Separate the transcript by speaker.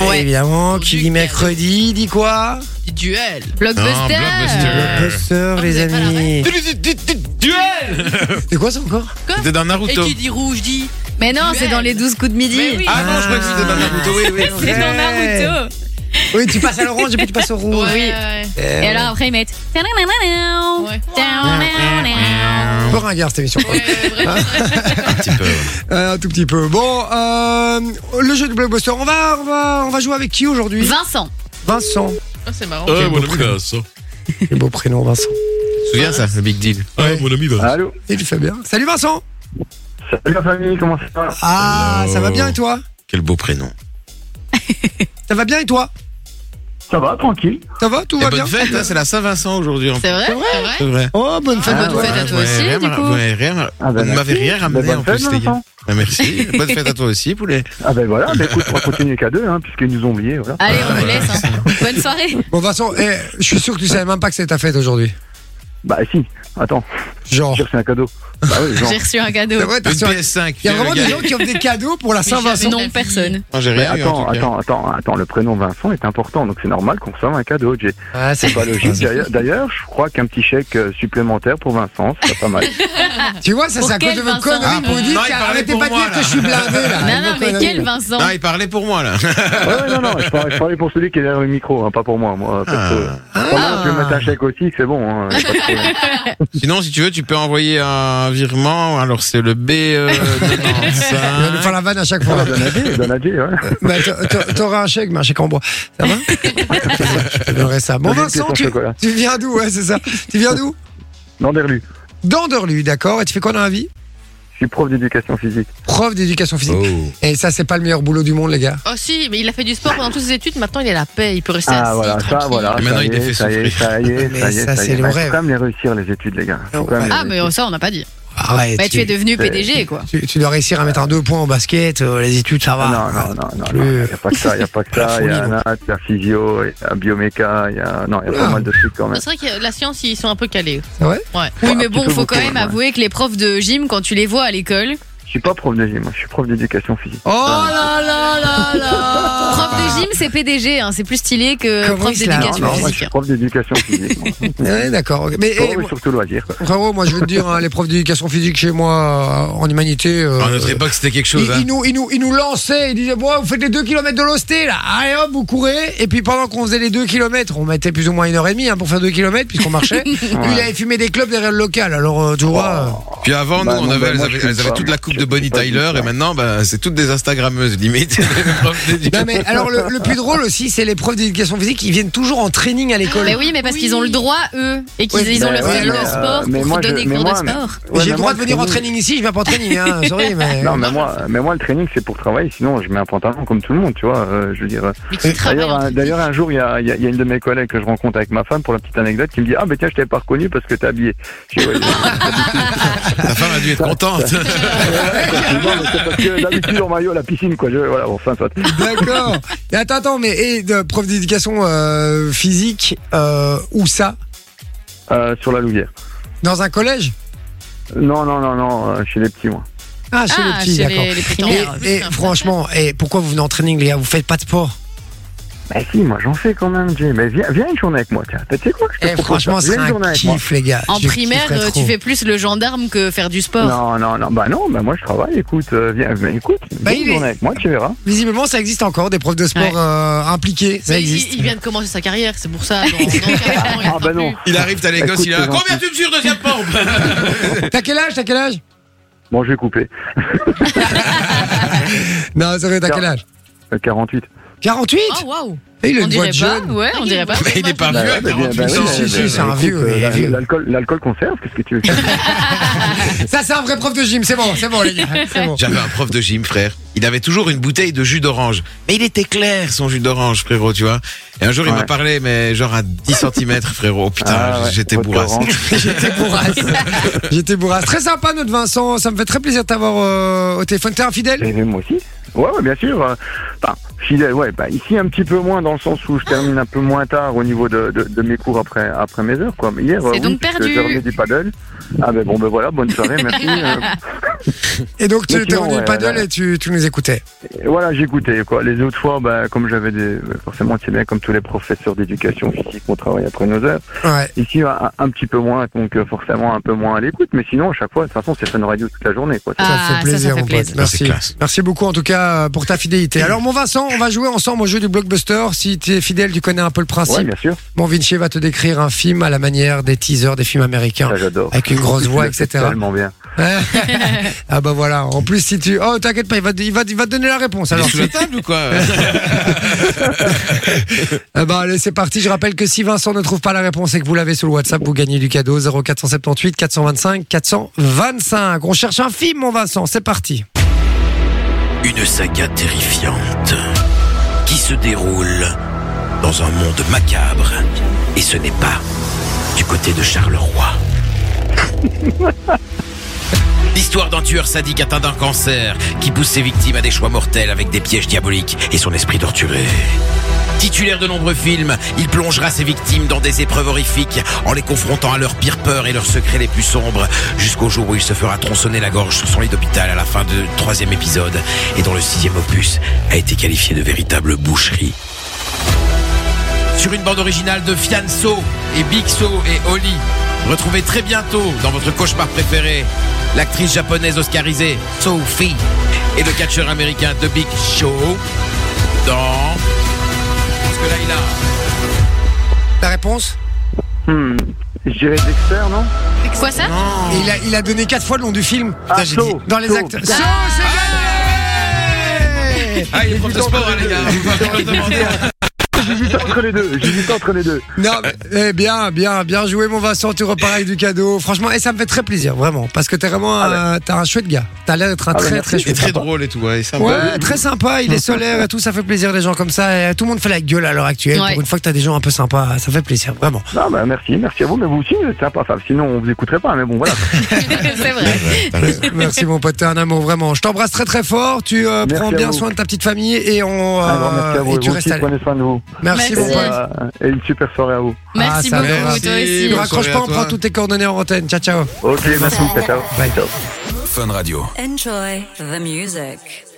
Speaker 1: Ouais.
Speaker 2: évidemment. Qui
Speaker 1: Du
Speaker 2: dit
Speaker 1: gaz.
Speaker 2: mercredi, dit quoi
Speaker 1: Du duel.
Speaker 3: Non,
Speaker 4: Blockbuster.
Speaker 3: Blockbuster.
Speaker 2: Blockbuster, Oh, les
Speaker 1: vous avez pas la
Speaker 2: amis.
Speaker 3: Duel
Speaker 2: C'est quoi ça encore
Speaker 3: C'était dans
Speaker 1: Et
Speaker 3: Naruto.
Speaker 1: qui dit rouge dit.
Speaker 4: Mais non, c'est
Speaker 1: Duel.
Speaker 4: dans les 12 coups de midi.
Speaker 1: Mais oui.
Speaker 3: Ah non, je crois que c'était dans Naruto, oui, oui.
Speaker 2: Ah,
Speaker 4: C'est dans
Speaker 2: ouais.
Speaker 4: Naruto.
Speaker 2: Oui, tu passes à l'orange et puis tu passes au rouge.
Speaker 1: Ouais.
Speaker 2: Euh,
Speaker 4: Et alors après, ils mettent.
Speaker 2: Peu ringard cette émission.
Speaker 1: Ouais, euh, ouais, bref.
Speaker 2: Ah.
Speaker 3: Un petit peu.
Speaker 2: Euh, Un tout petit peu. Bon, euh, le jeu de Blockbuster, on va, on, va, on va jouer avec qui aujourd'hui
Speaker 4: Vincent.
Speaker 2: Vincent.
Speaker 1: Oh, C'est marrant.
Speaker 3: Ah,
Speaker 2: mon
Speaker 3: ami Vincent.
Speaker 2: Quel beau prénom, Vincent.
Speaker 3: Souviens ça, le big deal.
Speaker 2: Ah,
Speaker 3: mon ami Vincent.
Speaker 5: Allô
Speaker 2: Il le fait bien. Salut Vincent
Speaker 5: Salut la famille, comment ça va
Speaker 2: Ah,
Speaker 3: Hello.
Speaker 2: ça va bien et toi
Speaker 3: Quel beau prénom.
Speaker 2: Ça va bien et toi
Speaker 5: Ça va, tranquille.
Speaker 2: Ça va Tout
Speaker 3: Et
Speaker 2: va bien
Speaker 3: bonne fête, hein, c'est la Saint-Vincent aujourd'hui. en
Speaker 1: C'est vrai
Speaker 2: C'est vrai
Speaker 1: C'est vrai
Speaker 5: Euh.
Speaker 3: C'est vrai.
Speaker 2: Oh, bonne fête
Speaker 5: Ah,
Speaker 2: à toi.
Speaker 1: bonne fête à toi
Speaker 3: Ouais,
Speaker 4: aussi,
Speaker 3: rien
Speaker 4: du
Speaker 3: à-
Speaker 4: coup.
Speaker 3: ouais, rien à-
Speaker 5: Ah
Speaker 3: On
Speaker 5: ben,
Speaker 3: ne m'avait
Speaker 5: merci.
Speaker 3: rien ramené
Speaker 5: Ben, bonne
Speaker 3: en plus,
Speaker 5: fête,
Speaker 3: les gars.
Speaker 5: Vincent.
Speaker 3: Ah, merci. Bonne fête à toi aussi, poulet.
Speaker 5: Ah ben voilà, ben écoute, on va continuer qu'à deux, hein, puisqu'ils nous ont oubliés, voilà.
Speaker 4: Allez, on vous laisse. hein. Bonne soirée.
Speaker 2: Bon, Vincent, eh, je suis sûr que tu savais même pas que c'était ta fête aujourd'hui.
Speaker 5: Bah si, attends,
Speaker 2: Genre.
Speaker 5: je c'est un cadeau. Bah oui, genre.
Speaker 4: J'ai reçu un cadeau.
Speaker 2: C'est vrai,
Speaker 3: Une
Speaker 2: t'as reçu un-
Speaker 3: PS5.
Speaker 2: Il y a
Speaker 3: viens,
Speaker 2: vraiment des
Speaker 3: regarde.
Speaker 2: gens qui offrent des cadeaux pour la
Speaker 1: j'avais
Speaker 2: Saint-Vincent.
Speaker 1: la
Speaker 4: Non,
Speaker 1: fille.
Speaker 4: personne.
Speaker 3: Non, J'ai
Speaker 5: Mais
Speaker 3: rien eu, en
Speaker 5: attends,
Speaker 3: tout cas.
Speaker 5: attends, attends, attends, le prénom Vincent est important, donc c'est normal qu'on reçoive un cadeau, Jay.
Speaker 2: Ouais, c'est
Speaker 5: Ah, Pas logique. D'ailleurs- D'ailleurs, je crois qu'un petit chèque euh, supplémentaire pour Vincent, c'est pas mal.
Speaker 2: Tu vois, ça,
Speaker 4: Pour
Speaker 2: c'est à cause
Speaker 4: quel
Speaker 2: de votre
Speaker 4: Vincent
Speaker 2: connerie
Speaker 3: Ah,
Speaker 2: que vous
Speaker 3: non,
Speaker 2: dites.
Speaker 3: il parlait
Speaker 2: Arrêtez
Speaker 3: pour
Speaker 2: pas de
Speaker 3: moi,
Speaker 2: dire
Speaker 3: là.
Speaker 2: que je suis blindé, là.
Speaker 4: Non, non,
Speaker 2: Votre
Speaker 4: mais
Speaker 2: connerie.
Speaker 4: quel Vincent
Speaker 3: Non, il parlait pour moi, là.
Speaker 5: Ouais, non, non, je parlais, je parlais pour celui qui est derrière le micro, hein, pas pour moi. moi parce que,
Speaker 3: Ah.
Speaker 5: pour moi, je vais mettre un chèque aussi, c'est bon. Hein, pas de problème.
Speaker 3: Sinon, si tu veux, tu peux envoyer un virement. Alors, c'est le B. euh,
Speaker 2: Il va nous
Speaker 3: 95.
Speaker 2: faire la vanne à chaque
Speaker 5: Ah,
Speaker 2: fois.
Speaker 5: donne à Jay, donne à Jay, ouais.
Speaker 2: Bah, t'a- t'a- T'auras un chèque, mais un chèque en bois. Ça va Je te donnerai ça. Bon,
Speaker 5: Donne une
Speaker 2: Vincent,
Speaker 5: pièce en
Speaker 2: tu,
Speaker 5: chocolat.
Speaker 2: tu viens d'où Ouais, c'est ça. Tu viens d'où
Speaker 5: Non, derrière lui.
Speaker 2: D'Anderlu, d'accord. Et tu fais quoi dans la vie
Speaker 5: Je suis prof d'éducation physique.
Speaker 2: Prof d'éducation physique.
Speaker 3: Oh.
Speaker 2: Et ça, c'est pas le meilleur boulot du monde, les gars.
Speaker 1: Oh si, mais il a fait du sport pendant toutes ses études, maintenant il est à la paix, il peut rester
Speaker 5: Ah
Speaker 1: assis,
Speaker 5: voilà, ça
Speaker 1: tranquille.
Speaker 5: voilà.
Speaker 3: Et maintenant,
Speaker 5: ça
Speaker 3: il
Speaker 5: y
Speaker 3: les
Speaker 5: est,
Speaker 3: fait
Speaker 5: ça y est,
Speaker 3: souffrir.
Speaker 5: Ça y est,
Speaker 2: Mais
Speaker 5: ça y est,
Speaker 2: ça,
Speaker 5: ça y
Speaker 2: c'est
Speaker 5: est.
Speaker 2: le
Speaker 5: Mais
Speaker 2: rêve.
Speaker 5: Faut quand même les réussir les études, les gars. Faut
Speaker 2: Ah,
Speaker 5: quand même
Speaker 4: Ah,
Speaker 5: les
Speaker 4: mais ça, on n'a pas dit.
Speaker 2: Arrête.
Speaker 4: Bah, tu es devenu
Speaker 5: C'est-
Speaker 4: PDG, quoi.
Speaker 2: tu, tu dois réussir à mettre un deux points au basket, euh, les études, ça va.
Speaker 5: Ah, non, non, non, non,
Speaker 2: Plus.
Speaker 5: Il n'y a pas que ça, il n'y a pas que
Speaker 2: La
Speaker 5: ça. Il y a
Speaker 2: folie,
Speaker 5: Nat, il y a Physio, il y a Bioméca, il y a. Non, il y a
Speaker 2: Ah.
Speaker 5: pas mal de trucs quand même.
Speaker 1: C'est vrai que la science, ils sont un peu calés.
Speaker 2: C'est vrai
Speaker 1: Ouais.
Speaker 4: Oui,
Speaker 5: un
Speaker 4: mais
Speaker 5: petit
Speaker 4: bon,
Speaker 5: peu
Speaker 4: faut quand
Speaker 5: beaucoup,
Speaker 4: même
Speaker 5: ouais.
Speaker 4: avouer que les profs de gym, quand tu les vois à l'école,
Speaker 5: Je suis pas prof de gym, moi, je suis prof d'éducation physique.
Speaker 2: Oh là là là là
Speaker 4: prof de gym, c'est PDG, hein, c'est plus stylé que
Speaker 2: Comment
Speaker 4: prof
Speaker 2: il se la-
Speaker 5: Non,
Speaker 4: d'éducation
Speaker 5: non, moi je
Speaker 4: physique.
Speaker 5: suis prof d'éducation physique. moi.
Speaker 2: Ouais, d'accord. ok. Mais eh,
Speaker 5: Sport et surtout loisirs. quoi.
Speaker 2: frérot, moi je veux te dire, hein, les profs d'éducation physique chez moi, euh, en humanité, euh,
Speaker 5: Ah,
Speaker 3: À notre époque, c'était quelque chose.
Speaker 2: ils,
Speaker 3: hein.
Speaker 2: ils nous, ils, nous, ils nous lançaient, ils disaient, bon, vous faites les 2 km de l'osté, là, allez hop, vous courez. Et puis pendant qu'on faisait les 2 km, on mettait plus ou moins une heure et demie hein, pour faire 2 km, puisqu'on marchait. Lui, il avait fumé des clubs derrière le local, alors euh, tu vois.
Speaker 3: Puis avant,
Speaker 5: Bah,
Speaker 3: nous, on
Speaker 5: non,
Speaker 3: avait,
Speaker 5: bah,
Speaker 3: elles
Speaker 5: moi,
Speaker 3: avaient,
Speaker 5: je suis
Speaker 3: elles avaient
Speaker 5: pas-
Speaker 3: toute la coupe
Speaker 5: je
Speaker 3: de
Speaker 5: suis
Speaker 3: Bonnie
Speaker 5: pas
Speaker 3: Tyler
Speaker 5: du
Speaker 3: et
Speaker 5: tout.
Speaker 3: maintenant, bah, c'est toutes des Instagrammeuses, limite.
Speaker 2: Non, mais alors le, le plus drôle aussi, c'est les profs d'éducation physique, ils viennent toujours en training à l'école.
Speaker 4: Mais oui, mais parce
Speaker 1: Oui.
Speaker 4: qu'ils ont le droit, eux, et qu'ils
Speaker 2: Oui,
Speaker 4: ils ont
Speaker 5: mais
Speaker 4: le
Speaker 5: ouais,
Speaker 4: statut de
Speaker 5: mais, euh,
Speaker 4: sport
Speaker 5: mais
Speaker 4: pour
Speaker 5: moi, je-
Speaker 4: donner
Speaker 5: mais
Speaker 4: cours de
Speaker 5: moi, mais-
Speaker 4: sport.
Speaker 5: Ouais,
Speaker 2: J'ai
Speaker 5: mais
Speaker 2: le
Speaker 5: moi,
Speaker 2: droit de venir en training ici, je viens pas en training, hein, sorry, mais.
Speaker 5: Non, mais moi, mais moi, le training, c'est pour travailler. Sinon, je mets un pantalon comme tout le monde, tu vois. euh, je veux dire. euh,
Speaker 1: Mais qui travaillent
Speaker 5: D'ailleurs,
Speaker 1: en
Speaker 5: un, d'ailleurs, un jour, il y a, il y a- il y a une de mes collègues que je rencontre avec ma femme pour la petite anecdote qui me dit Ah, ben tiens, je t'avais pas reconnu parce que t'es habillé. Je dis, Ouais,
Speaker 3: Ta femme a dû être contente.
Speaker 5: je dis, Non, mais c'est parce que d'habitude, en maillot à la piscine, quoi. Je, voilà, bon, enfin, soit.
Speaker 2: D'accord. Et attends, attends, mais et de prof d'éducation euh, physique, euh, où ça
Speaker 5: Euh, sur la Louvière.
Speaker 2: Dans un collège
Speaker 5: Non, non, non, non, euh, chez les petits, moi.
Speaker 2: Ah, chez
Speaker 4: Ah,
Speaker 2: les petits,
Speaker 4: chez
Speaker 2: d'accord.
Speaker 4: les, Ah, les
Speaker 2: Et,
Speaker 4: primaires.
Speaker 2: et franchement, et pourquoi vous venez en training, les gars Vous faites pas de sport
Speaker 5: Bah si, moi, j'en fais quand même, Jay. Mais viens, viens une journée avec moi, tiens. Bah, Tu sais quoi je
Speaker 2: Eh,
Speaker 5: te propose
Speaker 2: franchement,
Speaker 5: ça.
Speaker 2: c'est
Speaker 5: Viens une
Speaker 2: un
Speaker 5: journée avec moi.
Speaker 2: kiff, les gars.
Speaker 4: En
Speaker 2: Je
Speaker 4: primaire,
Speaker 2: kifferais
Speaker 4: euh, tu
Speaker 2: trop.
Speaker 4: fais plus le gendarme que faire du sport.
Speaker 5: Non, non, non, bah non, bah moi je travaille, écoute, euh, viens, mais écoute,
Speaker 2: Bah,
Speaker 5: viens
Speaker 2: il
Speaker 5: une
Speaker 2: est-
Speaker 5: journée avec moi, tu verras.
Speaker 2: Visiblement, ça existe encore, des profs de sport
Speaker 4: Ouais.
Speaker 2: euh, impliqués. Ça
Speaker 1: il,
Speaker 2: existe.
Speaker 1: il vient de commencer sa carrière, c'est pour ça. Dans, dans quatre ans, il
Speaker 5: Ah
Speaker 1: fera
Speaker 5: bah non.
Speaker 1: plus.
Speaker 3: Il arrive, t'as les
Speaker 5: Écoute,
Speaker 3: gosses, il est là.
Speaker 5: c'est gentil.
Speaker 3: Combien tu me sur deuxième pompe
Speaker 2: T'as quel âge T'as quel âge
Speaker 5: Bon, je vais couper.
Speaker 2: Non, c'est vrai, t'as quel âge
Speaker 5: Euh, 48.
Speaker 2: Ah, bah, 48
Speaker 1: Oh waouh
Speaker 2: Et Il a
Speaker 4: Ah, On
Speaker 2: une voix
Speaker 4: dirait
Speaker 2: de
Speaker 4: pas,
Speaker 2: jeune.
Speaker 4: ouais, on dirait pas.
Speaker 3: Mais il est pas
Speaker 5: Bah,
Speaker 3: vieux à
Speaker 5: bah, bien,
Speaker 3: 48
Speaker 5: bah, oui,
Speaker 3: ans.
Speaker 2: Si,
Speaker 5: bah,
Speaker 2: si,
Speaker 5: bah,
Speaker 2: c'est un
Speaker 5: écoute,
Speaker 2: vieux,
Speaker 5: euh,
Speaker 2: mais
Speaker 5: l'al-
Speaker 2: vieux.
Speaker 5: L'alcool, l'alcool conserve, qu'est-ce que tu veux
Speaker 2: Ça, c'est un vrai prof de gym. C'est bon, c'est bon, les gars. C'est bon.
Speaker 3: J'avais un prof de gym, frère. Il avait toujours une bouteille de jus d'orange. Mais il était clair, son jus d'orange, frérot, tu vois. Et un jour, il
Speaker 5: Ouais.
Speaker 3: m'a parlé, mais genre à 10 cm, frérot. Putain,
Speaker 5: Ah ouais,
Speaker 3: j'étais
Speaker 5: votre
Speaker 3: bourrasse.
Speaker 5: orange.
Speaker 2: J'étais bourrasse. J'étais bourrasse. Très sympa, notre Vincent. Ça me fait très plaisir de t'avoir euh, au téléphone. T'es un fidèle
Speaker 5: Et moi aussi. Ouais, ouais, bien sûr. euh, Bah, fidèle, ouais, bah, ici un petit peu moins dans le sens où je termine un peu moins tard au niveau de, de, de mes cours après, après mes heures, quoi. Mais hier,
Speaker 4: C'est
Speaker 5: euh, oui,
Speaker 4: donc
Speaker 5: puisque
Speaker 4: perdu.
Speaker 5: je revenais du paddle. Ah, ben bon, ben voilà, bonne soirée, merci. euh.
Speaker 2: Et donc, tu
Speaker 5: Mais
Speaker 2: t'es
Speaker 5: sinon,
Speaker 2: rendu le
Speaker 5: ouais,
Speaker 2: paddle
Speaker 5: ouais.
Speaker 2: et tu, tu nous écoutais.
Speaker 5: Et voilà, j'écoutais quoi. Les autres fois, bah, comme j'avais des, forcément, tu sais bien, comme tous les professeurs d'éducation physique, on travaille après nos heures.
Speaker 2: Ouais.
Speaker 5: Ici, un, un petit peu moins, donc euh, forcément un peu moins à l'écoute. Mais sinon, à chaque fois, de toute façon, c'est Fun Radio toute la journée, quoi.
Speaker 4: Ah, ça, ça fait
Speaker 2: mon pote.
Speaker 4: plaisir.
Speaker 6: C'est
Speaker 2: Merci.
Speaker 6: classe.
Speaker 2: Merci beaucoup, en tout cas, euh, pour ta fidélité. Alors, mon Vincent, on va jouer ensemble au jeu du blockbuster. Si tu es fidèle, tu connais un peu le principe.
Speaker 5: Ouais, bien sûr.
Speaker 2: Bon, Vinci va te décrire un film à la manière des teasers des films américains.
Speaker 5: Ça, j'adore.
Speaker 2: Avec une grosse voix,
Speaker 5: Tu le fais
Speaker 2: etc.
Speaker 5: Tellement bien.
Speaker 2: ah bah voilà. En plus, si tu... Oh, t'inquiète pas, il va, il, va, il va te donner la réponse.
Speaker 6: Il
Speaker 5: Ah
Speaker 6: est
Speaker 2: Alors,
Speaker 6: sous la table ou quoi
Speaker 2: Eh ben, allez, c'est parti. Je rappelle que si Vincent ne trouve pas la réponse et que vous l'avez sur le WhatsApp, vous gagnez du cadeau 0478 425 425. On cherche un film, mon Vincent. C'est parti.
Speaker 3: Une saga terrifiante qui se déroule dans un monde macabre. Et ce n'est pas du côté de Charleroi. L'histoire d'un tueur sadique atteint d'un cancer qui pousse ses victimes à des choix mortels avec des pièges diaboliques et son esprit torturé. Titulaire de nombreux films, il plongera ses victimes dans des épreuves horrifiques en les confrontant à leurs pires peurs et leurs secrets les plus sombres, jusqu'au jour où il se fera tronçonner la gorge sur son lit d'hôpital à la fin du troisième épisode et dont le sixième opus a été qualifié de véritable boucherie. Sur une bande originale de Fianso et Bixo et Oli, retrouvez très bientôt dans votre cauchemar préféré l'actrice japonaise oscarisée Sophie et le catcheur américain The Big Show dans... Parce que là, il a...
Speaker 2: La réponse
Speaker 5: Hmm. Je dirais Dexter, non
Speaker 4: Quoi ça
Speaker 3: Ah,
Speaker 2: Et Ah, il, a, il a donné quatre fois le nom du film.
Speaker 5: Ah,
Speaker 2: j'ai
Speaker 5: Saw,
Speaker 2: dit. Dans les
Speaker 5: Saw.
Speaker 2: actes. Saw, c'est gagné
Speaker 6: Ah, il est prof de sport, hein, les gars. Vous pouvez encore le demander.
Speaker 5: J'hésite entre les deux. J'hésite entre les deux.
Speaker 2: Non, mais- eh bien, bien, bien joué, mon Vincent. Tu repars avec du cadeau. Franchement, et ça me fait très plaisir, vraiment. Parce que t'es vraiment
Speaker 5: Ah ouais.
Speaker 2: un, t'as un chouette gars. T'as l'air d'être un
Speaker 5: Ah ouais,
Speaker 2: très,
Speaker 5: merci.
Speaker 2: très
Speaker 6: Il est
Speaker 2: chouette
Speaker 6: très drôle et tout. Ouais, il est sympa.
Speaker 2: Ouais, très sympa, il est solaire et tout, ça fait plaisir les gens comme ça. Et tout le monde fait la gueule à l'heure actuelle.
Speaker 4: Ouais.
Speaker 2: Pour une fois que t'as des gens un peu sympas, ça fait plaisir, vraiment.
Speaker 5: Non, bah, merci, merci à vous. Mais vous aussi, vous êtes sympa. Enfin, sinon, on vous écouterait pas. Mais bon, voilà.
Speaker 4: Ah, C'est vrai.
Speaker 2: Merci mon pote, t'es un amour, vraiment. Je t'embrasse très très fort, tu euh,
Speaker 5: Merci
Speaker 2: prends
Speaker 5: à
Speaker 2: bien
Speaker 5: vous.
Speaker 2: soin de ta petite famille et on... euh,
Speaker 5: Alors, merci à vous.
Speaker 2: et
Speaker 5: Et
Speaker 2: tu
Speaker 5: vous
Speaker 2: restes
Speaker 5: aussi,
Speaker 2: à...
Speaker 5: prenez soin de vous.
Speaker 2: Merci, mon
Speaker 4: Merci.
Speaker 2: pote.
Speaker 5: Euh, Et une super soirée à vous.
Speaker 4: Merci
Speaker 2: ça
Speaker 4: beaucoup,
Speaker 2: adore.
Speaker 4: toi
Speaker 6: Merci.
Speaker 4: aussi.
Speaker 2: Tu
Speaker 6: Bonne soirée
Speaker 2: raccroches pas,
Speaker 6: à
Speaker 2: on
Speaker 6: toi.
Speaker 2: prend toutes tes coordonnées en antenne. Ciao ciao.
Speaker 5: Ok, merci. Ciao, ciao.
Speaker 2: Bye.
Speaker 5: Ciao.
Speaker 7: Enjoy the music.